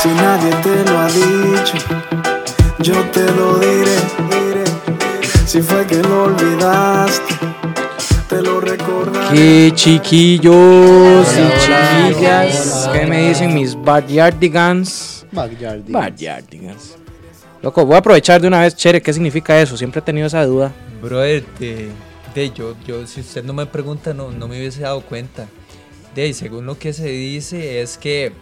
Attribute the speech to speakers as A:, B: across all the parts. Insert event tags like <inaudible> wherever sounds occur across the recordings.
A: Si nadie te lo ha dicho, yo te lo diré. Si fue que lo olvidaste, te lo recordaré.
B: ¿Qué chiquillos
C: Hola,
B: y
C: hola,
B: chiquillas?
C: hola,
B: ¿Qué
C: hola.
B: me dicen mis backyardigans?
C: Backyardigans.
B: Backyardigans. Loco, voy a aprovechar de una vez, Chere, ¿qué significa eso? Siempre he tenido esa duda.
D: Brother, de, de yo, yo, si usted no me pregunta, no, no me hubiese dado cuenta. De ahí, según lo que se dice, es que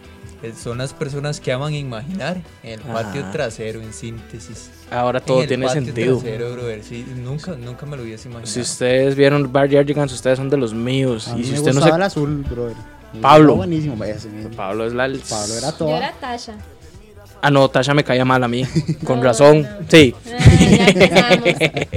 D: eh, son las personas que aman imaginar en el patio
B: Ajá.
D: trasero, en síntesis.
B: Ahora
D: En
B: todo
D: el
B: tiene
D: patio
B: sentido.
D: Trasero, brother, sí, nunca, nunca me lo hubiese imaginado.
B: Si ustedes vieron Backyardigans, ustedes son de los míos.
C: A mí
B: Y si
C: me
B: usted no
C: gustaba
B: se...
C: el azul, brother. Y
B: Pablo.
C: era Buenísimo, ese mismo.
B: Pablo es la...
C: Pablo era
E: Yo
C: todo.
E: era Tasha.
B: Ah, no, Tasha me caía mal a
C: <laughs>
B: mí. Con
E: No,
B: razón.
E: no.
B: Sí.
E: Ah, ya empezamos.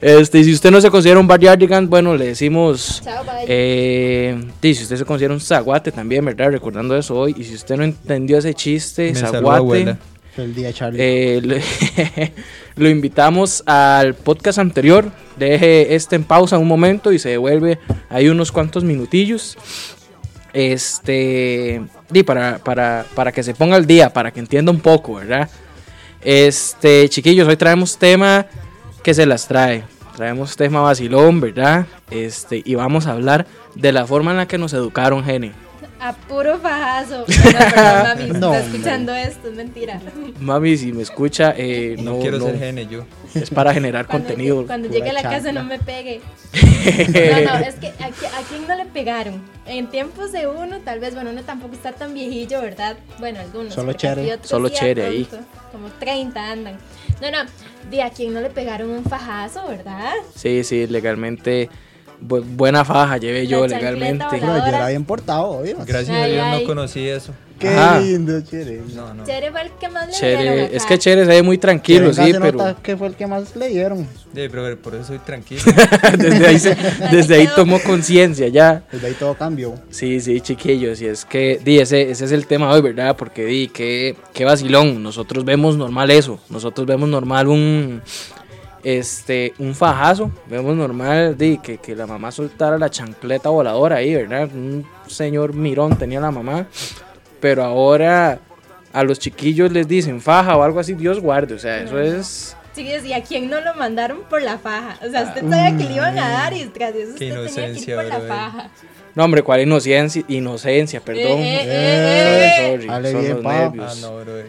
B: Este, y si usted no se considera un Backyardigan, bueno, le decimos...
E: Chao, bye.
B: Eh, y si usted se considera un zaguate también, ¿verdad? Recordando eso hoy. Y si usted no entendió ese chiste,
D: Me saluda,
B: zaguate,
D: abuela.
C: Fue el día de Charlie.
B: eh, lo, <laughs> lo invitamos al podcast anterior. Deje este en pausa un momento y se devuelve ahí unos cuantos minutillos. Este, y para, para, para que se ponga al día, para que entienda un poco, ¿verdad? Este, chiquillos, hoy traemos tema que se las trae. Traemos tema vacilón, ¿verdad? Este, y vamos a hablar de la forma en la que nos educaron, Jenny.
E: A puro fajazo. Bueno, perdón,
C: <laughs>
E: mami, si
C: No,
E: está escuchando esto, es mentira.
B: Mami, si me escucha, eh,
D: No,
B: no,
D: quiero
B: no,
D: ser gene, yo.
B: es para generar
E: Cuando,
B: contenido.
E: cuando llegue a la
C: Pura
E: casa
C: chancla.
E: no me
C: <laughs>
E: pegue.
B: <laughs>
E: No, no, es que ¿a, qui- a quién no le pegaron? En tiempos de uno, tal vez, bueno, uno tampoco está tan viejillo, ¿verdad? Bueno, algunos.
C: Solo
E: porque
C: chere.
E: aquí otros
B: Solo
E: sí a
B: chere ahí.
E: pronto, Como 30 andan. No, no, de a quién no le pegaron un fajazo, ¿verdad?
B: Sí, sí, legalmente. bu- buena faja llevé yo
E: La chancleta
B: legalmente.
C: Pero yo
E: ahora-
C: era bien portado, obvio.
D: Gracias a
E: Ay,
D: Dios
E: ay.
D: no conocí eso.
C: Qué
B: Ajá.
C: lindo, chere.
D: No, no.
E: Chere fue el que más le pegaron.
B: Chere, es que Chere se ve muy tranquilo, sí,
C: se
B: pero
C: nota que fue el que más le dieron.
D: De, brother, por eso soy tranquilo.
B: <laughs> desde ahí, se- desde
E: <laughs>
B: ahí tomó conciencia ya.
C: Desde Pues ahí todo cambió.
B: Sí, sí, chiquillos, y es que di, ese, ese es el tema hoy, ¿verdad? Porque di, qué, qué vacilón, nosotros vemos normal eso, nosotros vemos normal un, este, un fajazo, vemos normal di, que, que la mamá soltara la chancleta voladora ahí, ¿verdad? Un señor mirón tenía la mamá, pero ahora a los chiquillos les dicen faja o algo así, Dios guarde, o sea, eso es...
E: Chiquillos, ¿y a quién no lo mandaron por la faja? O sea, usted sabía que le iban a dar y tras de eso
D: Ah. Mm, Qué
E: usted tenía que ir
D: inocencia,
E: por la
B: <laughs>
D: brother.
E: faja.
B: No, hombre, cuál inocencia, inocencia, perdón.
E: Eh, eh, eh,
B: Sorry, sorry,
C: Hable
B: son
C: bien,
B: los
C: pa.
B: nervios.
D: ah, no, brother.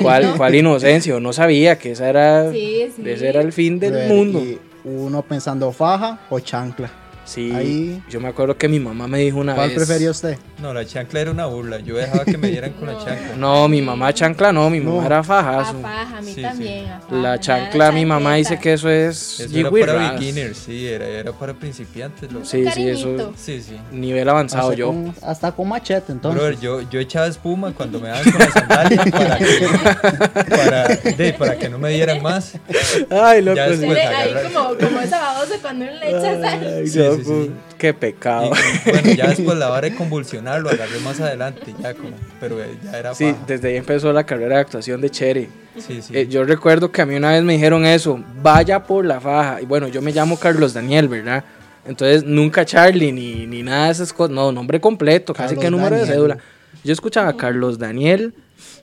B: ¿Cuál, ¿Cuál inocencia? No sabía que esa era,
E: Sí, sí.
B: ese era el fin del
C: Brother,
B: mundo.
C: y uno pensando faja o chancla.
B: Sí,
C: ahí-
B: yo me acuerdo que mi mamá me dijo una
C: ¿Cuál
B: vez.
C: prefería usted?
D: No, la chancla era una burla. Yo dejaba que me dieran con la
E: No.
D: chancla.
B: No, mi mamá chancla no, mi mamá
C: No.
B: era
E: A
B: fajazo.
E: faja, a mí
D: Sí, sí.
E: también. a faja,
B: La
E: nada,
B: chancla, mi mamá dice
E: chancleta.
B: que eso es.
D: Eso era
B: jigwirras.
D: para beginners, sí, era, era para principiantes. Lo...
B: Sí, sí,
E: Cariñito.
B: eso
D: Sí, sí.
B: nivel avanzado
C: Hasta
B: yo.
C: con- hasta con machete, entonces.
D: Brother, yo, yo echaba espuma cuando me daban con la sandalia para que, para, de, para que no me dieran más.
B: <laughs> Ay, loco.
D: Ya
B: sí.
E: Usted
D: Pues,
E: ve ahí
D: agarra-
E: como, como esa babosa cuando uno le echa
D: <laughs>
E: sal.
B: Ay,
D: Sí, sí,
B: loco,
D: sí.
B: Qué
D: Y,
B: pecado.
D: bueno, ya después la vara de convulsionar lo agarré más adelante, ya como, pero eh, ya
B: <laughs>
D: era
B: Sí,
D: paja.
B: desde ahí empezó la carrera de actuación de Cherry.
D: Sí, sí.
B: Eh, yo recuerdo que a mí una vez me dijeron eso, vaya por la faja. Y bueno, yo me llamo Carlos Daniel, ¿verdad? Entonces nunca Charlie ni, ni nada de esas cosas. No, nombre completo, casi
C: Carlos
B: que número de
C: Daniel.
B: cédula. Yo escuchaba a Carlos Daniel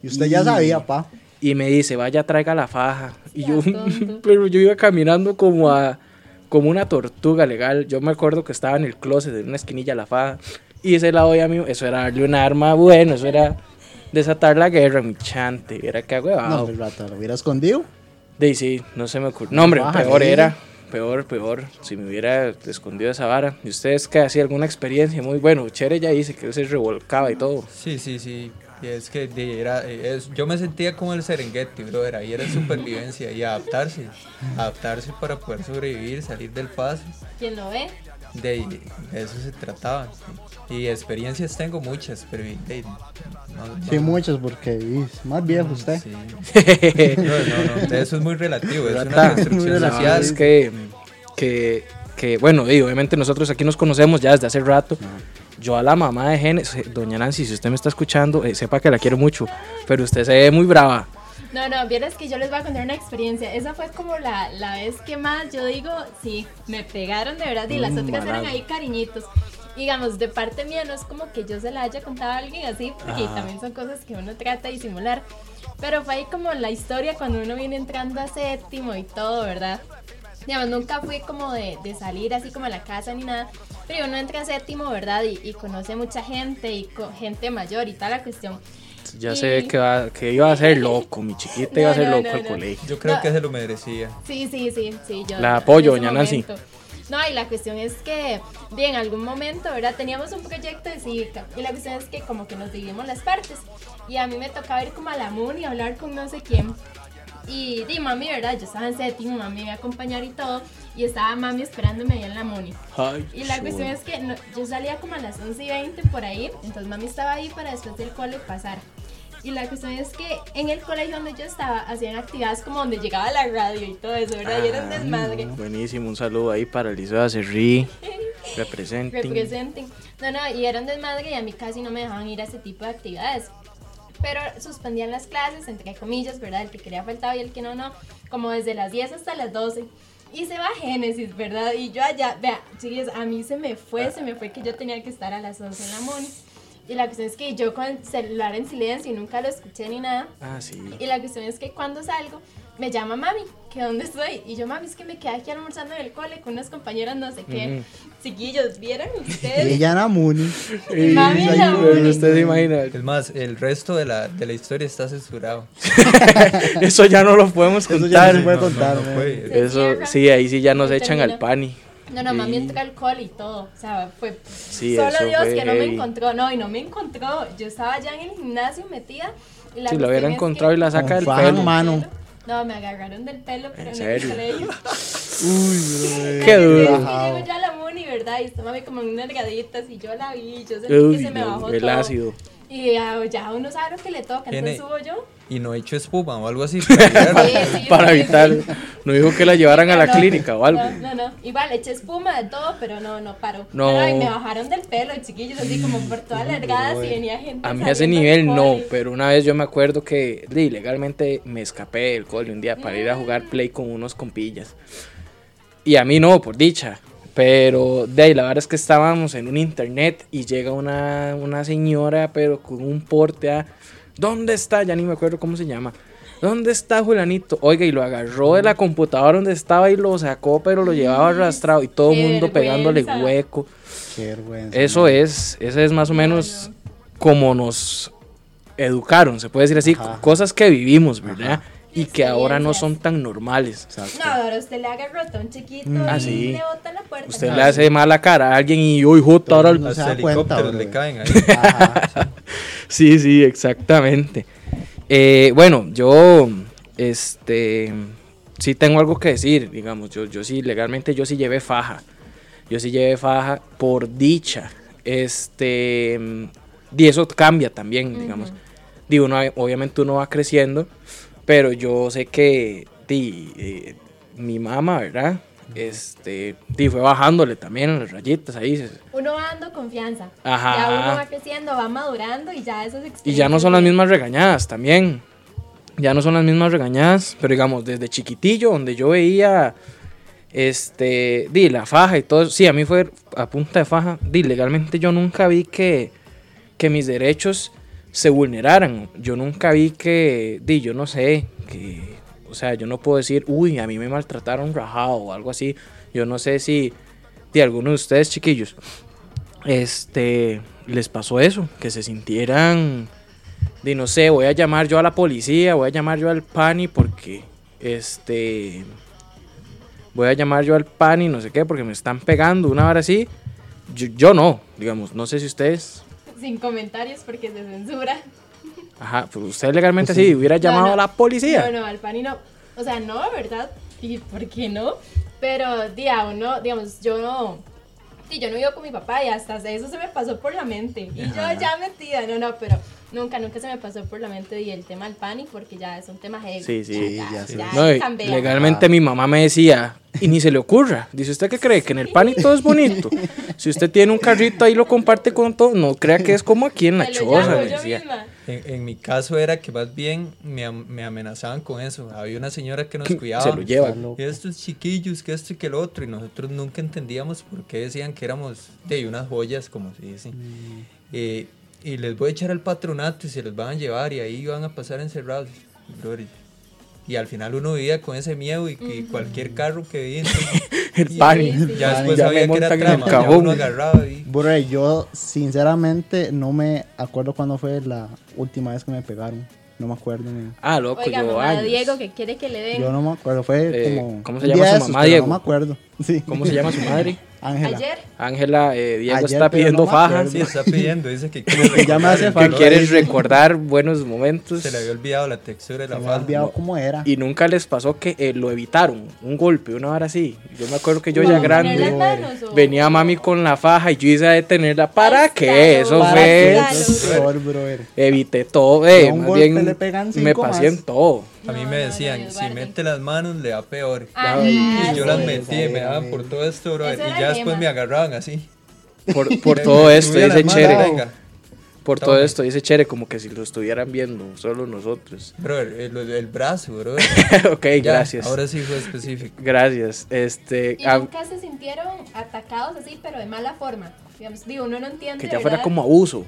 C: Y usted ya sabía, pa.
B: y me dice, vaya, traiga la faja. Y yo,
E: Sea tonto.
B: <laughs> pero yo iba caminando como a como una tortuga legal. Yo me acuerdo que estaba en el closet, en una esquinilla la faja. Y se la doy a mí. Eso era darle un arma, bueno, eso era desatar la guerra, mi chante. Era que ah, huevado.
C: No, el rato lo hubiera escondido.
B: De sí, no se me ocurrió. No, hombre,
C: Bájale.
B: peor era. Peor, peor. Si me hubiera escondido esa vara. ¿Y ustedes qué hacían? ¿Alguna experiencia? Muy bueno. Chere ya dice que él se revolcaba y todo.
D: Sí, sí, sí. Y es que de- era, eh, es- yo me sentía como el Serengeti, brother. Ahí era supervivencia y adaptarse. Adaptarse para poder sobrevivir, salir del paso.
E: ¿Quién lo ve?
D: De, ahí, de eso se trataba. Y experiencias tengo muchas, pero de- de- no-
B: Ah.
C: Sí,
D: no-
C: muchos, porque y, es más viejo usted.
D: sí. <laughs> No, no, no, eso es muy relativo, es una
B: Ta,
D: construcción
B: la verdad
D: social.
B: es que, que, que, bueno, y obviamente nosotros aquí nos conocemos ya desde hace rato. Yo a la mamá de Genes, eh, doña Nancy, si usted me está escuchando, eh, sepa que la quiero mucho, pero usted se ve muy brava.
E: No, no, vieras que yo les voy a contar una experiencia. Esa fue como la, la vez que más yo digo, sí, me pegaron de verdad y las
B: Mm,
E: otras eran
B: malazo.
E: ahí cariñitos. digamos, de parte mía no es como que yo se la haya contado a alguien así, porque
B: Ajá.
E: también son cosas que uno trata de disimular. Pero fue ahí como la historia cuando uno viene entrando a séptimo y todo, ¿verdad? Digamos, nunca fui como de, de salir así como a la casa ni nada. Pero uno entra a séptimo, ¿verdad? Y, y conoce mucha gente y co- gente mayor y tal la cuestión.
B: Ya
E: Y-
B: sé que, va- que iba a ser loco, mi chiquita iba a ser
E: No, no,
B: loco
E: no,
B: el
E: no.
B: colegio.
D: Yo creo
E: No.
D: que se lo merecía.
E: Sí, sí, sí, sí, yo.
B: La apoyo,
E: en ese
B: doña Nancy.
E: momento. No, y la cuestión es que, de, en algún momento, ¿verdad? Teníamos un proyecto de cívica. Y la cuestión es que como que nos dividimos las partes. Y a mí me tocaba ir como a la MUN y hablar con no sé quién. Y di, mami, ¿verdad? Yo estaba en séptimo, mami me iba a acompañar y todo. Y estaba mami esperándome ahí en la MUNI.
B: Ay,
E: Y la
B: chulo.
E: cuestión es que no- yo salía como a las 11 y 20 por ahí, entonces mami estaba ahí para después del cole pasar. Y la cuestión es que en el colegio donde yo estaba hacían actividades como donde llegaba la radio y todo eso, ¿verdad? y era un
B: Ah,
E: desmadre.
B: Buenísimo, un saludo ahí para Liceo
E: <laughs>
B: Acerrí. Representing.
E: Representen. No, no, y era un desmadre y a mí casi no me dejaban ir a ese tipo de actividades. Pero suspendían las clases, entre comillas, ¿verdad? El que quería faltaba y el que no, no. Como desde las 10 hasta las 12. Y se va a Génesis, ¿verdad? Y yo allá, vea, chiquillos, a mí se me fue, se me fue que yo tenía que estar a las 11 en la Moni. Y la cuestión es que yo con el celular en silencio y nunca lo escuché ni nada.
B: Ah, sí.
E: Y la cuestión es que cuando salgo, me llama mami, que dónde estoy. Y yo, mami, es que me quedé aquí almorzando en el cole con unas compañeras, no sé qué.
B: <laughs>
E: Chiquillos, ¿vieran
C: Y
E: ustedes?
C: ella era Muni.
E: Y mami en la uni.
B: Usted se imagina.
D: Es más, el resto de la, de la historia está censurado.
B: <laughs> Eso ya no lo podemos
C: Eso ya no
B: contar.
C: se puede contar, man.
D: puede.
E: Se
B: Eso,
E: cierra.
B: sí, ahí sí ya nos
E: Se
B: echan al
E: termina.
B: pani.
E: No, no, mami
B: Sí.
E: entró al cole y todo. O sea, fue
B: Sí,
E: solo
B: eso
E: Dios
B: fue
E: que no me
B: heavy.
E: encontró. No, y no me encontró. Yo estaba ya en el gimnasio metida.
B: Si lo
E: Y la cuestión
B: hubiera
E: es
B: encontrado
E: que-
B: y la saca
C: Con
B: del
C: faja,
B: pelo.
C: man. mano.
E: No, me agarraron del pelo, pero
B: ¿En
E: no en el
B: serio? <laughs>
E: colegio.
B: Qué
E: Y
B: duro.
E: llego yo a la muni, ¿verdad? Y esta mami como en unas graditas y yo la vi, yo sentí que
B: Uy,
E: se me
B: no,
E: bajó
B: el
E: todo.
B: ácido.
E: Y ya, ya uno sabe lo que le toca,
D: Tiene-
E: entonces subo yo.
D: Y no he hecho espuma o algo
C: <laughs>
D: así. para evitarlo.
E: Sí, sí,
B: Para
E: sí, <laughs>
B: evitar.
E: sí.
B: No dijo que la llevaran a la
E: No,
B: clínica o algo.
E: No, no, no. Igual eché espuma de todo, pero no, no paró.
B: No.
E: Pero, ay, me bajaron del pelo, chiquillos, así como por todas las gradas y venía gente.
B: A mí a ese
E: saliendo
B: nivel
E: del
B: no,
E: cole.
B: pero una vez yo me acuerdo que di, ilegalmente me escapé del cole un día para ir a jugar
E: Mm.
B: play con unos compillas. Y a mí no, por dicha. Pero de ahí, la verdad es que estábamos en un internet y llega una, una señora, pero con un porte a. ¿Dónde está? Ya ni me acuerdo cómo se llama. ¿Dónde está Julanito? Oiga, y lo agarró de la
E: Mm.
B: computadora donde estaba y lo sacó, pero lo llevaba arrastrado y todo el
E: Qué
B: mundo pegándole
E: vergüenza.
B: hueco.
C: Qué vergüenza.
B: Eso es, ese es más o menos como nos educaron, se puede decir así,
C: Ajá.
B: cosas que vivimos, ¿verdad? Y que ahora no son
E: Experiencias.
B: tan normales.
E: No, ahora usted le agarró a un chiquito
B: Ah,
E: y
B: sí.
E: le bota en la puerta.
B: Usted
E: No,
B: le hace mala cara a alguien y hoy jota ahora el-".
C: No se
D: Hasta
C: da cuenta,
D: helicópteros
C: bro.
D: le caen ahí.
C: Ajá.
B: Sí, sí, exactamente. Eh, bueno, yo este sí tengo algo que decir, digamos, yo, yo sí, legalmente yo sí llevé faja. Yo sí llevé faja por dicha. Este y eso cambia también, digamos. Digo, uno- obviamente uno va creciendo, pero yo sé que di, eh, mi mamá, ¿verdad? Este, di, fue bajándole también las rayitas ahí. se-
E: Uno va dando confianza.
B: Ajá.
E: Ya uno va creciendo, va madurando y ya eso es
B: Y ya no son las mismas regañadas también. Ya no son las mismas regañadas, pero digamos, desde chiquitillo, donde yo veía, este, di, la faja y todo, sí, a mí fue a punta de faja, di, legalmente yo nunca vi que, que mis derechos se vulneraran, yo nunca vi que, di, yo no sé, que, o sea, yo no puedo decir, uy, a mí me maltrataron rajado o algo así, yo no sé si, de alguno de ustedes, chiquillos, este, les pasó eso, que se sintieran de no sé, voy a llamar yo a la policía, voy a llamar yo al PANI porque este voy a llamar yo al PANI, no sé qué, porque me están pegando una hora así. Yo, yo no, digamos, no sé si ustedes,
E: Sin comentarios porque se censura.
B: ajá, pues usted legalmente sí, hubiera
E: <laughs> No,
B: llamado
E: no.
B: a la policía.
E: No, no, al PANI no. O sea, no, ¿verdad? ¿Y por qué no? Pero, día uno, digamos, yo no. Sí, yo no vivo con mi papá y hasta eso se me pasó por la mente. Y yo ya metida, no, no, pero Nunca, nunca se me pasó por la mente y el tema del pánico porque ya es un tema heavy.
B: Sí, sí.
C: Sí, ya sé.
B: No, y
E: cambia.
B: legalmente mi mamá me decía, y ni se le ocurra, dice usted que cree que en el PANI todo es bonito. Si usted tiene un carrito ahí lo comparte con todo, no crea que es como aquí en la
E: Me lo
B: choza, me
E: llamo yo
B: decía.
E: misma.
D: En, en mi caso era que más bien me, am- me amenazaban con eso. Había una señora que nos
B: <laughs>
D: cuidaba.
B: Se lo lleva.
D: Y estos chiquillos, que esto y que lo otro. Y nosotros nunca entendíamos por qué decían que éramos de unas joyas, como se dice. Eh, y les voy a echar al patronato y se los van a llevar y ahí van a pasar encerrados. Brother, Y al final uno vivía con ese miedo y, y cualquier carro que veía. entonces,
B: El
E: Sí,
B: PANI.
E: sí.
D: ya después
B: Ya me
D: sabía que era
B: montan en el
D: trama. Ya
B: cajón.
D: uno agarraba y...
C: Bro, yo sinceramente no me acuerdo cuándo fue la última vez que me pegaron. No me acuerdo. ni-
B: Ah, loco,
E: Oiga,
B: yo
E: mamá de
B: años.
E: Diego que quiere que le den.
C: Yo no me acuerdo. Fue
B: Eh,
C: como.
B: ¿cómo se
C: un
B: llama su
C: día de
B: mamá,
C: esos, pero
B: Diego?
C: No me acuerdo. Sí.
B: ¿Cómo se llama su madre?
C: <laughs> Ángela.
E: Ayer,
B: Ángela, eh, Diego
C: Ayer,
B: está
C: pero no
B: pidiendo
C: me
B: fajas.
C: acuerdo.
D: Sí, está pidiendo, dice que
C: Ya me hace
B: Que
C: falta.
B: quieres recordar buenos momentos.
D: Se le había olvidado la textura de
C: Se
D: la
C: me ha olvidado
D: faja.
C: cómo era.
B: Y nunca les pasó que eh, lo evitaron, un golpe, una hora así. Yo me acuerdo que yo ya
C: No,
E: poner las
B: grande,
E: manos o-
B: venía mami con la faja y yo hice detenerla. ¿Para
E: Ay,
B: qué?
E: claro.
B: Eso
E: Para
B: fue...
E: qué,
C: Eso es
D: claro.
C: peor, brother.
B: Evité todo, eh,
C: a un
B: más
C: golpe
B: bien
C: le pegan
B: me
C: cinco
B: pasé en
C: más.
B: todo.
D: A mí
E: No,
D: me
E: no, no,
D: decían,
E: Dios
D: si
E: guarde.
D: mete las manos le va peor.
E: Ajá,
B: Y
D: Y yo
E: sí.
D: las metí,
C: esa
D: me
C: era,
D: daban
C: eh.
D: por todo esto, bro. Y
E: Eso era
D: ya después
E: gema.
D: me agarraban así.
B: Por,
C: <laughs>
B: por todo
D: Me
B: esto,
D: subían
B: dice
D: las manos,
B: Chere.
D: venga.
B: Por todo
D: Tome.
B: esto, dice Chere, como que si lo estuvieran viendo, solo nosotros. <laughs>
D: Bro, el, el- el brazo, bro.
B: ok,
D: Ya,
B: gracias.
D: Ahora sí fue específico.
B: Gracias. Este,
E: Y
B: ah,
E: nunca se sintieron atacados así, pero de mala forma. Digamos, digo, uno no entiende.
B: que ya
E: ¿verdad?
B: fuera como abuso,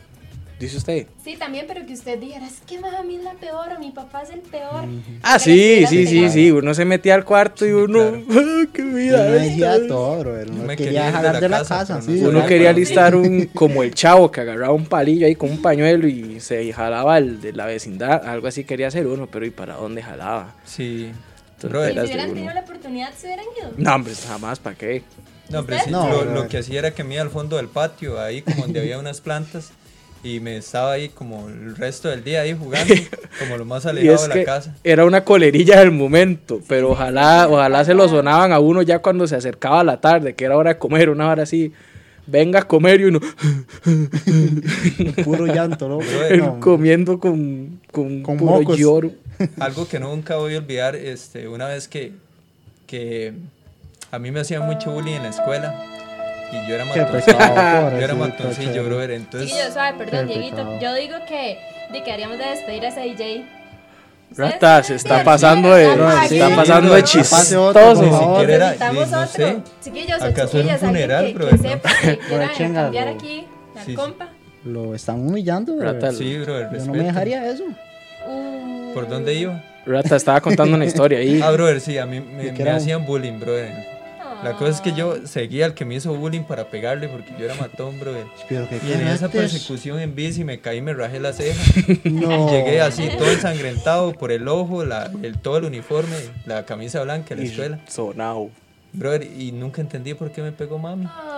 B: dice usted.
E: Sí, también, pero que usted dijera, es que mami es la peor o mi papá es el peor.
B: Ah,
E: Pero
B: sí,
E: era
B: sí, sí,
E: pegado.
B: sí. Uno se metía al cuarto y <laughs> uno. "Ah, ¡Qué
C: Yo
B: vida!
C: me
B: esta!
C: decía todo, brother.
D: Yo
C: No
D: me quería
C: quería
D: ir de
C: jalar
D: la
C: de la
D: casa,
C: casa.
D: pero
C: sí,
D: no
B: Uno
C: ¿verdad?
B: quería
D: Bueno.
B: alistar un, como el chavo que agarraba un palillo ahí con un pañuelo y se jalaba el de la vecindad, algo así quería hacer uno, pero ¿y para dónde jalaba?
D: Sí.
B: Entonces,
D: Bro,
E: Si
B: Eras de
E: hubieran
B: uno.
E: tenido la oportunidad, se hubieran ido.
B: No, hombre, jamás, ¿para qué?
D: no, hombre, sí,
C: No,
D: lo,
C: bro.
D: lo que hacía era que me iba al fondo del patio, ahí como donde había unas plantas. Y me estaba ahí como el resto del día ahí
B: <laughs>
D: jugando, como lo más
B: Y
D: alejado
B: es
D: de la
B: que
D: casa.
B: era una colerilla del momento, pero ojalá, ojalá se lo sonaban a uno ya cuando se acercaba la tarde, que era hora de comer, una hora así. Venga a comer y uno <laughs>
C: Puro llanto, loco.
D: Bro,
C: No,
B: comiendo con, con,
C: Con
B: puro
C: mocos.
B: lloro.
D: Algo que nunca voy a olvidar, este, una vez que, que a mí me hacían mucho bullying en la escuela y yo era
C: Qué
D: matoncillo, <laughs>
C: pesado,
D: yo era
C: pobrecito,
D: matoncillo,
C: chévere.
D: brother,
E: Sí,
D: entonces pues,
E: yo suave, perdón,
C: Qué
E: Dieguito.
C: pecado.
E: Yo digo que, de que haríamos de despedir a ese DJ. ¿Ustedes
B: Rata,
E: tienen
B: se está
E: tiempo?
B: pasando de,
E: Ay,
B: se
C: sí,
B: está
E: sí,
B: pasando de
E: no.
C: Pase otro, por
D: ni
B: chistoso.
C: favor.
D: siquiera era,
E: Necesitamos
D: no
E: otro.
D: sé,
E: Chiquillos, o
D: Acaso era un
E: chiquillas, alguien
D: funeral,
E: que, que
D: brother, ¿no?
E: sepa que quiera
C: Chinga,
E: cambiar
C: bro.
E: aquí la
D: Sí, sí.
E: compa.
C: Lo están humillando, brother.
B: Rata,
D: sí, brother,
C: Yo
D: respeto.
C: no me dejaría eso.
E: Uh,
D: ¿Por dónde iba?
B: Rata estaba contando una historia ahí.
D: Ah, brother, sí, a mí me,
C: que
D: me
C: era un-
D: hacían bullying, brother. La cosa es que yo seguía al que me hizo bullying para pegarle porque yo era matón, brother.
C: Pero que
D: Y en esa
C: carácter.
D: persecución en bici me caí y me rajé la ceja.
C: <laughs> No.
D: Llegué así todo ensangrentado por el ojo, la, el, todo el uniforme, la camisa blanca, la
B: Y
D: escuela.
B: sonado.
D: Brother, y nunca entendí por qué me pegó mami.
E: Ay.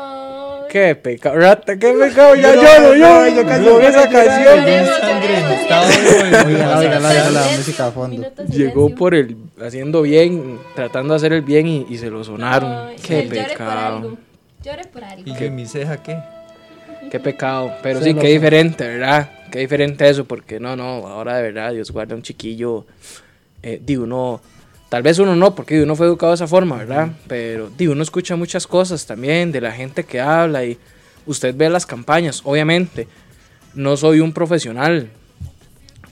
B: Qué pecado, rata, qué pecado. Ya lloro,
C: no,
B: lloro.
C: yo casi
B: Con
C: voy a
B: esa
C: llorar.
B: canción.
E: Lloremos,
D: Ensangrentado,
E: lloremos.
D: brother.
C: Oiga, oiga,
E: Minuto
C: oiga, la
E: silencio,
C: música a fondo.
E: minuto
B: Llegó
E: silencio.
B: por el haciendo bien, tratando de hacer el bien y, y se lo sonaron.
E: Ay,
B: qué
E: él llore por
B: pecado.
E: algo. Llore por algo.
D: Y yo, ¿y mi ceja qué?
B: Qué pecado. Pero
C: Se
B: sí,
C: lo
B: qué
C: son-
B: diferente, ¿verdad? Qué diferente eso, porque no, no, ahora de verdad, Dios guarda un chiquillo. Eh, di uno, tal vez uno no, porque di, uno fue educado de esa forma, ¿verdad? Pero di uno escucha muchas cosas también de la gente que habla y usted ve las campañas, obviamente. No soy un profesional,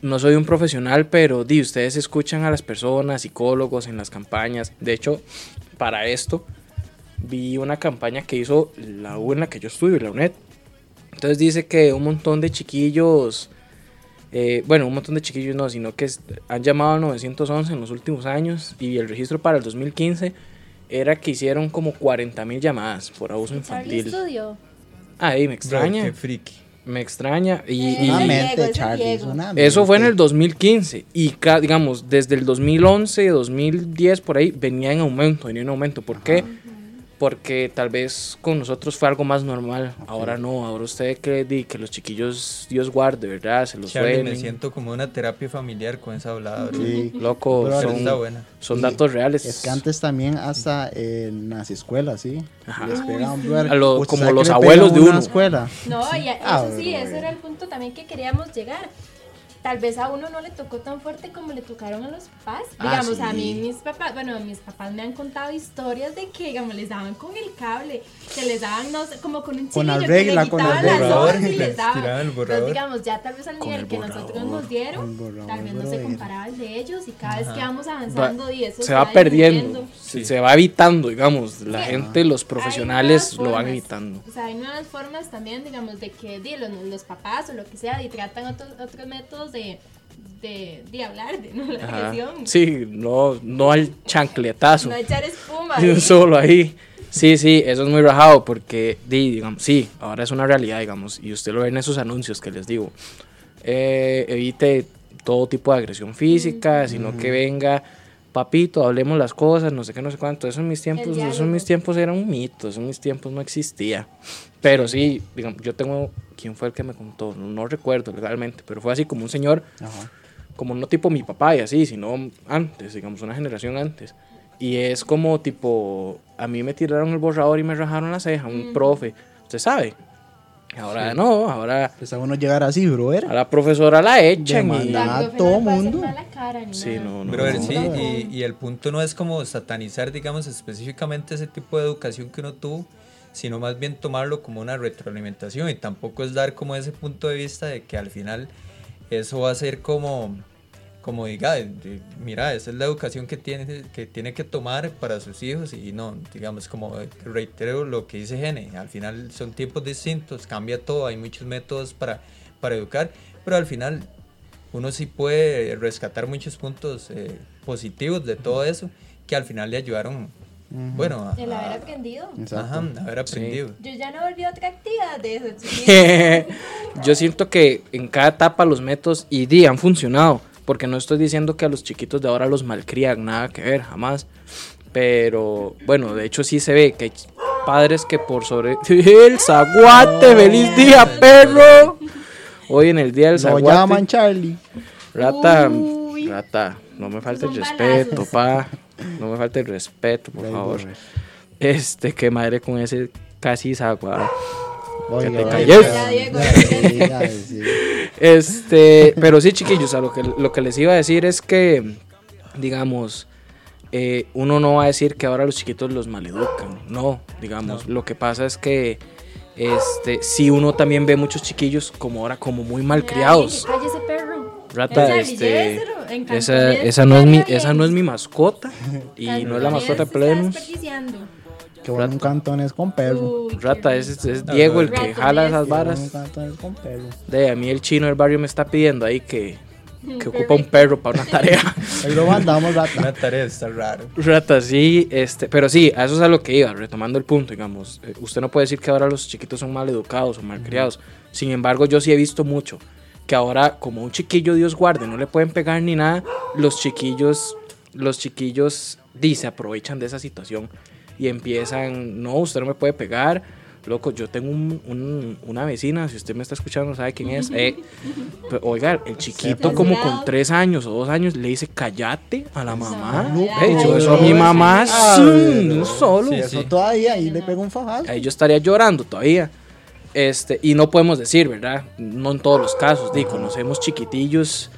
B: no soy un profesional, pero di, ustedes escuchan a las personas, psicólogos en las campañas. De hecho, para esto vi una campaña que hizo la U en la que yo estudio, la UNED. Entonces dice que un montón de chiquillos, eh, bueno, un montón de chiquillos no, sino que es- han llamado al 911 en los últimos años y el registro para el 2015 era que hicieron como 40 mil llamadas por abuso
E: Charlie
B: infantil.
E: Studio.
B: Ahí me
D: Brother,
B: extraña,
D: qué friki.
B: me extraña. Y,
E: Eh,
B: y-
E: Diego,
C: Una
E: ese
C: mente,
E: es
C: Charlie. es
E: Diego.
C: una
B: eso fue en el
C: mente.
B: 2015 y ca- digamos desde el 2011, 2010 por ahí venía en aumento, venía en aumento. ¿Por qué? Porque tal vez con nosotros fue algo más normal. Ahora no, ahora usted cree di, que los chiquillos Dios guarde, ¿verdad? Se los
D: Charlie, me
B: suelen.
D: siento como una terapia familiar con esa hablada, bro.
C: Sí.
B: Loco,
C: Pero
D: Pero
B: son,
D: está buena.
B: son
C: Y
B: datos reales.
C: Es que antes también hasta en las escuelas, ¿sí?
B: Ajá.
C: Les pegaban,
B: A lo- como
C: Usted pues, sabe que
B: los
C: le
B: abuelos
C: pegan
B: de
C: uno en
B: uno.
C: la escuela.
E: No, y a-
C: Ah,
E: eso sí,
C: brother.
E: ese era el punto también que queríamos llegar. tal vez a uno no le tocó tan fuerte como le tocaron a los papás.
B: Ah,
E: digamos, a
B: sí.
E: mí mis papás, bueno, mis papás me han contado historias de que, digamos, les daban con el cable, se les daban, no sé, como con un
C: Con la
E: chiquillo
C: regla,
E: que
C: con
E: le
C: el
E: quitaban las
D: borrador,
E: hojas y les
D: les
C: <laughs>
E: daban.
D: tiraban el borrador.
E: Entonces, digamos, ya tal vez al nivel
B: el
E: que nosotros nos dieron,
C: con el borrador,
E: tal vez no se
C: brother.
E: comparaba el de ellos y cada vez que vamos avanzando y eso
B: se va perdiendo,
E: disminuyendo.
B: se- se va evitando, digamos, la
E: Sí.
B: gente, los profesionales
E: Hay
B: lo
E: nuevas
B: van
E: formas.
B: evitando.
E: O sea, hay nuevas formas también, digamos, de que di, los, los papás o lo que sea, y tratan otros, otros métodos de, de, de hablar, de no la
B: Ajá.
E: agresión.
B: Sí, no, no al chancletazo.
E: No
B: <laughs>
E: echar espuma.
B: de un
E: ¿sí?
B: solo ahí. Sí, sí, eso es muy rajado porque, di, digamos, sí, ahora es una realidad, digamos, y usted lo ve en esos anuncios que les digo. Eh, evite todo tipo de agresión física, sino que venga, papito, hablemos las cosas, no sé qué, no sé cuánto. Eso en mis tiempos, eso en
E: diálogo.
B: mis tiempos era un mito, eso en mis tiempos no existía. Pero sí, digamos, yo tengo, ¿quién fue el que me contó? No, no recuerdo legalmente, pero fue así como un señor
C: Ajá.
B: como no tipo mi papá y así, sino antes, digamos, una generación antes. Y es como tipo, a mí me tiraron el borrador y me rajaron la ceja, un profe, usted sabe. Ahora no, ahora
C: Pues a uno llegar así, bro,
B: a
C: era.
B: la profesora la echan y...
C: Demanda.
E: La
C: a
E: profe no
C: todo
E: le puede hacer
C: mundo.
E: mala cara ni
B: Sí,
E: nada.
B: no, no.
D: Brother,
B: no.
D: sí,
E: Claro.
D: y, y el punto no es como satanizar, digamos, específicamente ese tipo de educación que uno tuvo, sino más bien tomarlo como una retroalimentación y tampoco es dar como ese punto de vista de que al final eso va a ser como, como diga, de- de- mira, esa es la educación que tiene, que tiene que tomar para sus hijos y no, digamos, como reitero lo que dice Gene, al final son tiempos distintos, cambia todo, hay muchos métodos para, para educar, pero al final uno sí puede rescatar muchos puntos eh, positivos de todo eso que al final le ayudaron, bueno, a,
E: El haber
D: a-
E: aprendido.
D: ajá, haber aprendido.
E: Yo ya no volví a otra actividad
B: <laughs>
E: de eso.
B: Yo siento que en cada etapa los métodos y di han funcionado, porque no estoy diciendo que a los chiquitos de ahora los malcrían, nada que ver, jamás. Pero bueno, de hecho sí se ve que hay ch- padres que por sobre <laughs> el zaguate, feliz día, perro. Hoy en el día del
C: Lo
B: zaguate.
C: llaman Charlie.
B: Rata,
E: Uy.
B: rata, no me falte el
E: Son
B: respeto, pa.
E: balazos.
B: No me falte el respeto, por
C: Ay,
B: favor.
C: brother.
B: Este, que madre con ese casi zaguate.
C: Oiga,
B: te
C: oiga,
B: calles.
E: Ya, Diego.
C: oiga, oiga, sí.
B: Este, pero sí, chiquillos, a lo que, lo que les iba a decir es que, digamos, eh, uno no va a decir que ahora los chiquitos los maleducan, no, digamos, lo que pasa es que, este, si uno también ve muchos chiquillos como ahora, como muy malcriados.
E: Cállese, perro.
B: Rata,
E: Charlie,
B: este,
E: lléveselo. En Cancún
B: esa,
E: es
B: esa no es mi,
E: perro
B: esa no es mi <laughs> mascota y
E: Cancún
B: no es la mascota de
E: está
B: Plenus.
E: desperdiciando.
C: Que bueno, un cantón es con perro.
E: Uy,
B: Rata,
E: qué
B: es,
E: rico.
B: es Diego el que
E: Ratones.
B: jala esas
C: Que bueno, Un
B: varas.
C: cantón es con perro.
B: De a mí el chino del barrio me está pidiendo ahí que, que ocupa un
E: perrito.
B: perro para una <laughs> tarea.
C: Ahí lo mandamos
D: Una
C: rata.
D: tarea está <laughs> raro.
B: Rata, sí, este, pero sí, a eso es a lo que iba, retomando el punto, digamos. eh, usted no puede decir que ahora los chiquitos son mal educados o mal criados. Sin embargo, yo sí he visto mucho que ahora, como un chiquillo, Dios guarde, no le pueden pegar ni nada, los chiquillos, los chiquillos, di, se aprovechan de esa situación y empiezan, no, usted no me puede pegar. Loco, yo tengo un- un- una vecina, si usted me está escuchando, sabe quién es. Eh, pe- oiga, el chiquito como con
E: Cuidado.
B: tres años o dos años le dice cállate a la mamá.
E: No,
B: Ey, yo
E: ay,
B: eso a
E: no,
B: mi
E: sí.
B: mamá
C: Ah,
B: sí,
C: pero-
B: no solo.
D: Sí,
C: Eso todavía, ahí le pega un fajazo.
B: Ahí yo estaría llorando todavía. Este, y no podemos decir, ¿verdad? No en todos los casos. Di, conocemos chiquitillos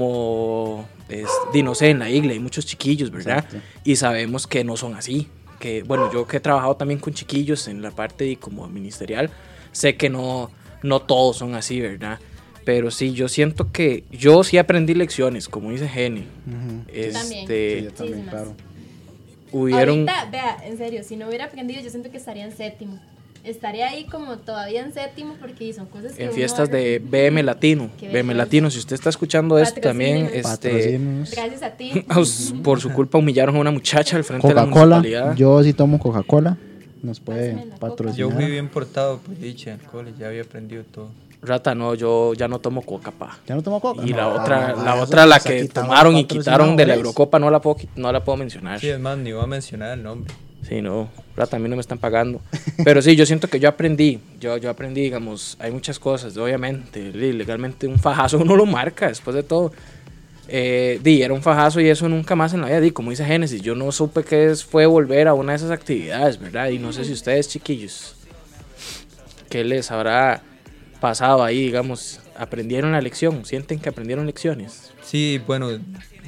B: como, este, di, no sé, en la iglesia hay muchos chiquillos, ¿verdad? Y sabemos que no son así. Que, bueno, yo que he trabajado también con chiquillos en la parte di, como ministerial, sé que no, no todos son así, ¿verdad? Pero sí, yo siento que yo sí aprendí lecciones, como dice Jenny.
E: también.
C: Sí,
B: Este,
C: yo también,
E: muchísimas.
C: claro.
B: hubieron...
E: Ahorita, vea, en serio, si no hubiera aprendido, yo siento que estaría en séptimo. Estaría ahí como todavía en séptimo porque son cosas que.
B: en
E: uno
B: fiestas de
E: repite.
B: BM Latino.
E: Qué
B: BM
E: vergüenza.
B: Latino, si usted está escuchando esto también,
E: Patrocínenos.
B: este,
C: Patrocínenos.
E: Gracias a
B: <laughs>
E: ti.
B: a us- por su culpa humillaron a una muchacha al frente de la
C: Coca-Cola.
B: municipalidad.
C: Yo sí tomo Coca-Cola. Nos puede
E: Pásame la coca.
D: Yo
C: patrocinar.
D: fui bien portado, pues dicha, en el cole, ya había aprendido todo.
B: Rata, no, yo ya no tomo coca, pa.
C: ¿Ya no tomo Coca?
B: Y la
C: No,
B: otra,
C: para
B: la
C: ah, eso
B: otra, la
C: nos
B: que
C: quitaron
B: tomaron y quitaron de la
C: patrocinadores.
B: Eurocopa, no la puedo, qui- no la puedo mencionar.
D: Sí, es más, ni voy a mencionar el nombre.
B: Sí, no. Ahora también no me están pagando. Pero sí, yo siento que yo aprendí. Yo, yo aprendí, digamos, hay muchas cosas, obviamente. li- Legalmente un fajazo <laughs> uno lo marca después de todo. Eh, di, era un fajazo y eso nunca más en la vida. Di, como dice Génesis, yo no supe qué es- fue volver a una de esas actividades, ¿verdad? Y no sé si ustedes, chiquillos, qué les habrá pasado ahí, digamos, aprendieron la lección, sienten que aprendieron lecciones.
D: Sí, bueno,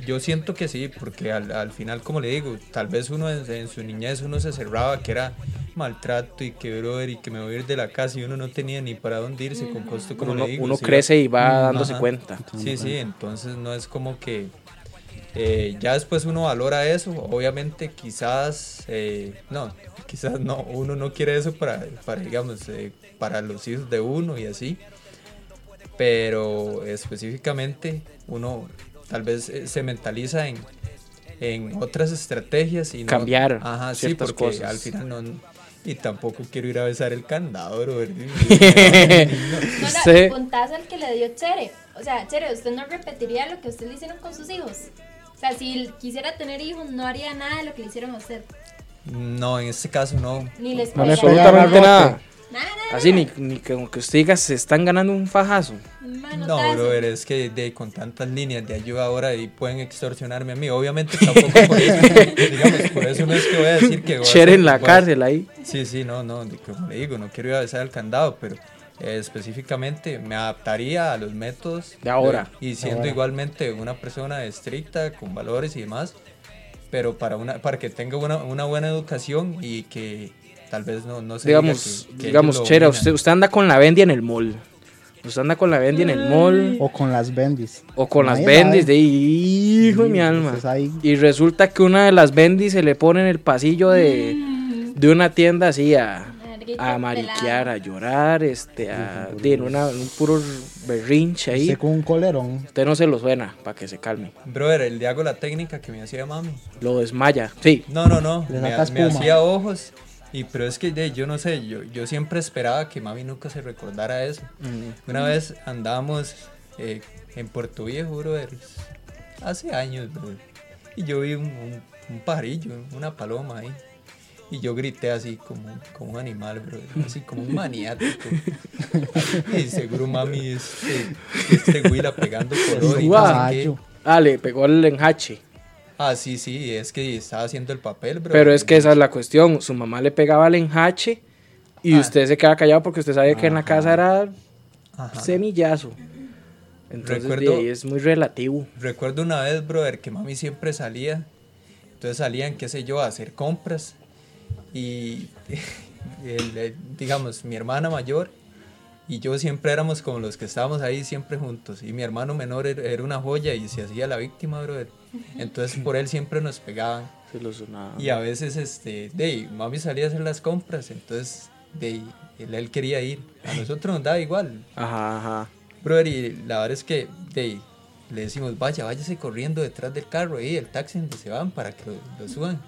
D: yo siento que sí, porque al, al final, como le digo, tal vez uno en, en su niñez uno se cerraba que era maltrato y que brother y que me voy a ir de la casa y uno no tenía ni para dónde irse con costo como
B: Uno,
D: le digo.
B: uno
D: sí.
B: crece y va
D: Mm,
B: dándose
D: ajá. <laughs>
B: cuenta. <laughs>
D: Sí, sí, entonces no es como que eh, ya después uno valora eso, obviamente quizás, eh, no, <laughs> quizás no, uno no quiere eso para, para digamos, eh, para los hijos de uno y así, pero específicamente uno tal vez eh, se mentaliza en, en otras estrategias y no-
B: Cambiar
D: Ajá, sí,
B: ciertas
D: porque
B: cosas.
D: al final no... Y tampoco quiero ir a besar el candado, bro.
B: <laughs>
E: No, la-
B: Sí.
E: puntazo al que le dio Chere. O sea, Chere, ¿usted no repetiría lo que usted le hicieron con sus hijos? O sea, si quisiera tener hijos, no haría nada de lo que le hicieron a usted.
D: No, en este caso no.
E: Ni les
C: No
E: pegaría.
C: le pegaba.
B: Absolutamente
C: agarrote.
B: nada.
E: Nada, nada.
B: Así, ni, ni que aunque usted diga, se están ganando un fajazo.
E: Manotazo.
D: No, brother, es que de, con tantas líneas de ayuda ahora y pueden extorsionarme a mí. Obviamente tampoco por eso, digamos, por eso no es que voy a decir
B: <laughs>
D: que... voy a
B: Cher
D: hacer-
B: en la
D: voy a-
B: cárcel ahí.
D: Sí, sí, no, no, de- como le digo, no quiero ir a besar el candado, pero eh, específicamente me adaptaría a los métodos...
B: De ahora.
D: Y siendo igualmente una persona estricta, con valores y demás, pero para, una, para que tenga una, una buena educación y que tal vez no, no se diga
B: digamos,
D: que- que
B: digamos,
D: ellos lo
B: Chera,
D: dominan.
B: usted, usted anda con la bendy en el mall. Usted anda con la bendy en el mall
C: O con las bendis.
B: o con las
C: Nadie
B: bendis de
C: sabe.
B: hijo de mi
C: Sí,
B: alma.
C: entonces ahí-
B: Y resulta que una de las bendis se le pone en el pasillo de, de una tienda así a,
E: Narguita
B: a mariquear,
E: pelada.
B: a llorar, este, a, de en una- un puro berrinche ahí.
C: Usted con un colerón.
B: Usted no se lo suena para que se calme.
D: Brother, el de hago la técnica que me hacía mami.
B: Lo desmaya. Sí,
D: No, no, no.
C: Le
D: Me,
C: sacas
D: me
C: puma.
D: hacía ojos. Y pero es que de, yo no sé, yo, yo siempre esperaba que mami nunca se recordara eso.
C: Mm.
D: Una vez andábamos eh, en Puerto Viejo, brother. Hace años, brother. Y yo vi un, un, un pajarillo, una paloma ahí. Y yo grité así como, como un animal, brother. Así como un
C: <laughs>
D: maniático. y seguro mami este, este güila pegando color y no sé qué.
B: <laughs>
C: Guayo.
B: ah, le pegó el enjache.
D: Ah, sí, sí, es que estaba haciendo el papel, bro.
B: Pero es que esa es la cuestión. Su mamá le pegaba el enjache y usted se queda callado porque usted sabía que en la casa era
D: Ajá.
B: semillazo. Entonces de
D: Recuerdo-
B: ahí es muy relativo.
D: Recuerdo una vez, brother, que mami siempre salía. Entonces salían, qué sé yo, a hacer compras. Y, <laughs> el- el- digamos, mi hermana mayor y yo siempre éramos como los que estábamos ahí siempre juntos. Y mi hermano menor era, era una joya y se hacía la víctima, brother. Entonces por él siempre nos pegaban.
B: Se lo sonaba.
D: Y a veces, este, de ahí, mami salía a hacer las compras. Entonces, de ahí, él, él quería ir. A nosotros nos daba igual.
B: Ajá, ajá.
D: Brother, y la verdad es que de ahí, le decimos, vaya, váyase corriendo detrás del carro y el taxi donde se van para que lo, lo suban.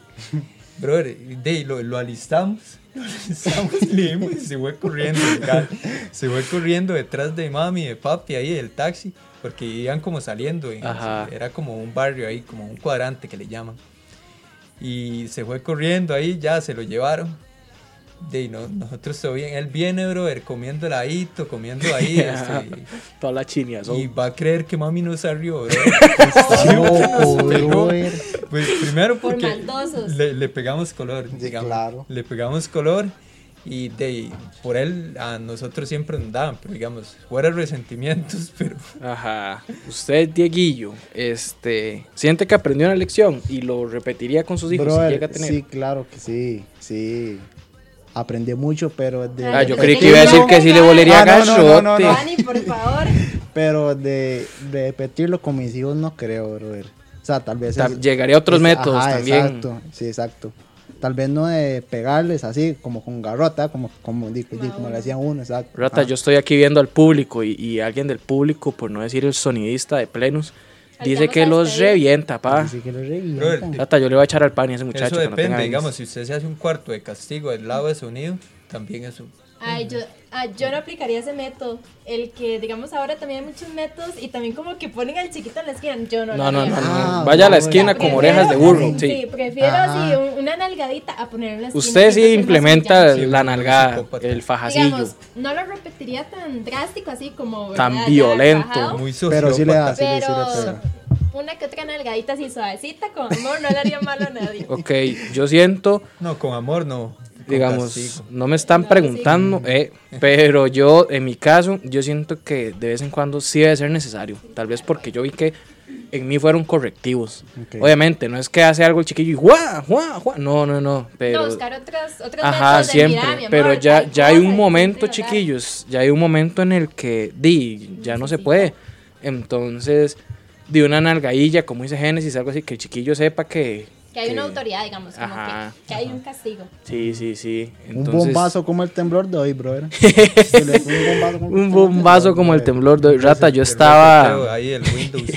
D: Brother, y de ahí, lo, lo alistamos, <laughs> lo alistamos y le dimos y se fue corriendo, legal. se fue corriendo detrás de mami, de papi ahí del taxi, porque iban como saliendo, y
B: Ajá.
D: era como un barrio ahí, como un cuadrante que le llaman. Y se fue corriendo ahí, ya se lo llevaron. De ahí, no, nosotros todo bien, él viene, brother, comiendo ladito, comiendo ahí, este,
B: Toda la chinia.
D: y va a creer que mami no se rió, bro.
B: <laughs>
C: <laughs> Loco,
D: pegó.
C: brother.
D: Pues primero
E: Por
D: porque
E: maldosos.
D: le, le pegamos color, digamos.
C: claro.
D: Le pegamos color y de ahí, por él a nosotros siempre nos daban, pero digamos, fuera resentimientos, <laughs> pero
B: Ajá. Usted, Dieguillo, este, siente que aprendió una lección y lo repetiría con sus hijos si
C: Brother,
B: llega a tener.
C: Sí, claro que sí, sí. Aprendí mucho, pero de...
B: Ah, yo
E: Pero
B: creí
E: es
B: que
E: que
B: iba a decir
E: no.
B: que sí le volería
C: Ah, no, no, no, no,
B: gachote.
C: no.
E: Dani, por favor.
B: <laughs>
C: Pero de, de repetirlo con mis hijos no creo, brother. O sea, tal vez...
B: Ta-
C: es-
B: Llegaría a otros
C: es-
B: métodos
C: ajá,
B: también.
C: Exacto, sí, exacto. Tal vez no de pegarles así, como con garrota, como, como, di- di- como le hacían uno, exacto.
B: Rata,
C: Ajá.
B: yo estoy aquí viendo al público y, y alguien del público, por no decir el sonidista de plenos, dice
E: Alcanzamos
B: que
E: a
B: los
E: despedir.
B: revienta, pa.
C: Así que lo revientan.
D: Brother,
B: Rata, yo le voy a echar al pan a ese muchacho.
D: eso
B: que no tenga
D: depende,
B: años.
D: digamos, si usted se hace un cuarto de castigo del lado de sonido, también eso.
E: Ay, yo, ay, yo no aplicaría ese método. El que, digamos, ahora también hay muchos métodos y también como que ponen al chiquito en la esquina. Yo no
B: No,
E: lo
B: no,
E: haría.
B: no, no.
C: Ah,
B: Vaya a la
C: no,
B: esquina
C: bueno.
B: como
E: Prefiero-
B: orejas de burro.
E: Sí,
B: Sí.
E: prefiero
C: Ah.
E: así un- una nalgadita a poner en la esquina.
B: Usted
E: Yo
B: sí
E: soy más
B: implementa
E: brillante.
D: Sí,
B: la
D: un
B: nalgada,
D: psicópata.
B: el fajacillo.
E: Digamos, no lo repetiría tan drástico así como. ¿verdad?
B: Tan
E: Ya
B: violento,
E: rajado,
D: Muy sociópata.
C: Pero sí le da, sí, le- sí
E: Pero
C: le pega.
E: una que otra nalgadita así suavecita con amor no le haría mal a nadie.
B: Ok, yo siento
D: No, con amor no.
B: digamos,
D: castigo.
B: no me están
E: No, sí.
C: Mm.
B: preguntando, eh, pero yo, en mi caso, yo siento que de vez en cuando sí debe ser necesario. Tal vez porque yo vi que en mí fueron correctivos.
C: Ok.
B: Obviamente, no es que hace algo el chiquillo y ¡guau, guau, guau! No, no, no, <laughs> pero...
E: No, buscar otras, otras
B: Ajá,
E: métodos de,
B: siempre.
E: "Mira, mi amor,
B: pero ya, ya hay
E: cosas
B: un
E: que
B: momento,
E: no te las dan".
B: chiquillos, ya hay un momento en el que di, ya no se puede. Entonces, di una nalgadilla, como dice Génesis, algo así, que el chiquillo sepa que.
E: Que hay una
B: que-
E: autoridad, digamos, como
B: Ajá,
E: que, que hay un castigo.
B: Sí, sí, sí.
C: Un
B: Entonces,
C: bombazo como el temblor de hoy, brother.
B: <laughs>
C: Se le fue un bombazo como,
B: Un bombazo como el
C: brother.
B: temblor de rata. Yo
D: Pero creo,
B: estaba,
D: Ahí el
B: <laughs>
D: Windows.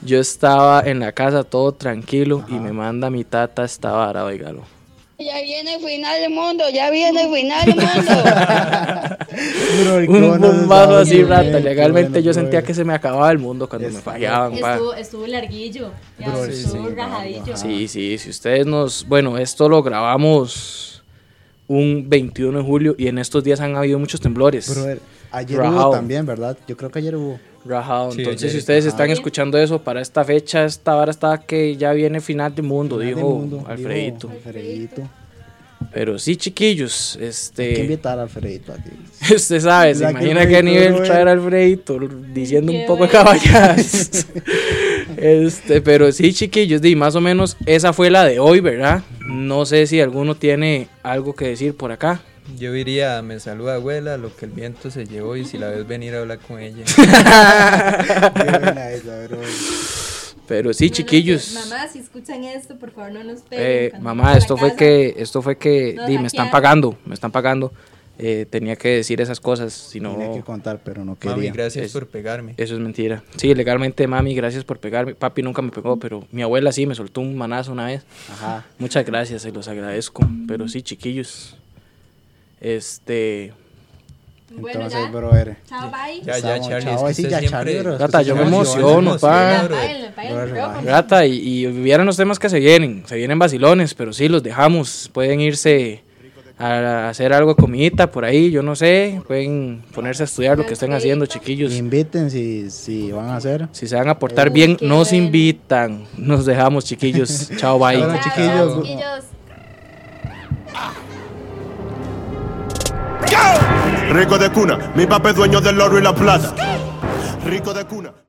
B: yo estaba en la casa todo tranquilo y me manda mi tata esta vara, oígalo.
F: Ya viene el final del mundo, ya viene el final del mundo.
C: Brother, qué
B: Un
C: bueno,
B: bombazo
C: brother,
B: así,
C: qué
B: rata.
C: bueno, qué
B: Legalmente
C: bueno,
B: yo sentía
C: brother.
B: que se me acababa el mundo cuando me
C: Es-
B: fallaban, pa.
E: Estuvo, estuvo larguillo, ya,
C: Bro, sí,
E: estuvo
C: sí,
E: rajadillo.
B: Sí, sí, si ustedes nos... Bueno, esto lo grabamos un 21 de julio y en estos días han habido muchos temblores.
C: Brother, ayer
B: Rajao.
C: hubo también, ¿verdad? Yo creo que ayer hubo.
B: Rajado.
D: Sí,
B: Entonces,
D: ayer,
B: si ustedes
C: ajá.
B: están escuchando eso para esta fecha, esta hora está que ya viene final del mundo,
C: Final del
B: dijo
C: mundo, dijo
B: Alfredito.
C: Alfredito.
B: Pero sí, chiquillos,
C: Hay que
B: este...
C: invitar a Alfredito aquí.
B: <laughs> Usted sabe, se
C: La que
B: imagina qué
C: Alfredito,
B: nivel
C: brother.
B: traer a Alfredito diciendo un
E: Qué
B: poco de
E: bueno. <laughs>
B: caballadas. este, pero sí, chiquillos, di, más o menos esa fue la de hoy, ¿verdad? No sé si alguno tiene algo que decir por acá.
D: Yo diría, me saluda abuela, lo que el viento se llevó y si la ves venir a hablar con ella.
C: Qué buena esa, brother.
B: Pero sí,
E: No, no,
B: chiquillos.
E: que- mamá, si escuchan esto, por favor no nos peguen.
B: Eh,
E: cuando
B: mamá,
E: vayan a
B: esto fue
E: casa.
B: que, esto fue que,
E: Nos
B: di, me están
E: hackearon.
B: pagando, me están pagando. Eh, tenía que decir esas cosas, si
C: Tenía que
B: no,
C: contar, pero no quería.
D: Mami, gracias
B: Es-
D: por pegarme.
B: eso es mentira. Sí, legalmente, mami, gracias por pegarme. Papi nunca me pegó, pero mi abuela sí me soltó un manazo una vez.
C: Ajá.
B: Muchas gracias, se los agradezco. Pero sí, chiquillos. Este.
E: Bueno,
C: Entonces,
E: ya.
C: brother.
E: Chao, bye.
D: Ya, ya,
C: Estamos,
D: Charlie.
C: chao,
D: es que
C: ahí sí
D: usted
C: ya,
D: siempre-
C: Charlie, bro.
B: Gata,
C: Usted
B: yo
C: se
B: me
C: emociona,
B: emociono, pa.
D: bro.
E: Apáguenlo, apáguenlo el
C: Brother,
E: micrófono.
B: Gata, y, y vieran los temas que se vienen. Se vienen vacilones, pero sí, los dejamos. Pueden irse a hacer algo de comidita por ahí, yo no sé. Pueden ponerse a estudiar lo que estén haciendo, chiquillos.
C: Inviten si, si van a hacer.
B: Si se van a portar
E: Uy,
B: bien,
E: qué
B: nos
E: bueno.
B: invitan. Nos dejamos, chiquillos. Chao, bye.
C: Chao,
E: Chao,
C: chiquillos.
E: chao, chiquillos.
G: Rico de cuna, mi papá es dueño del oro y la plata. Rico de cuna.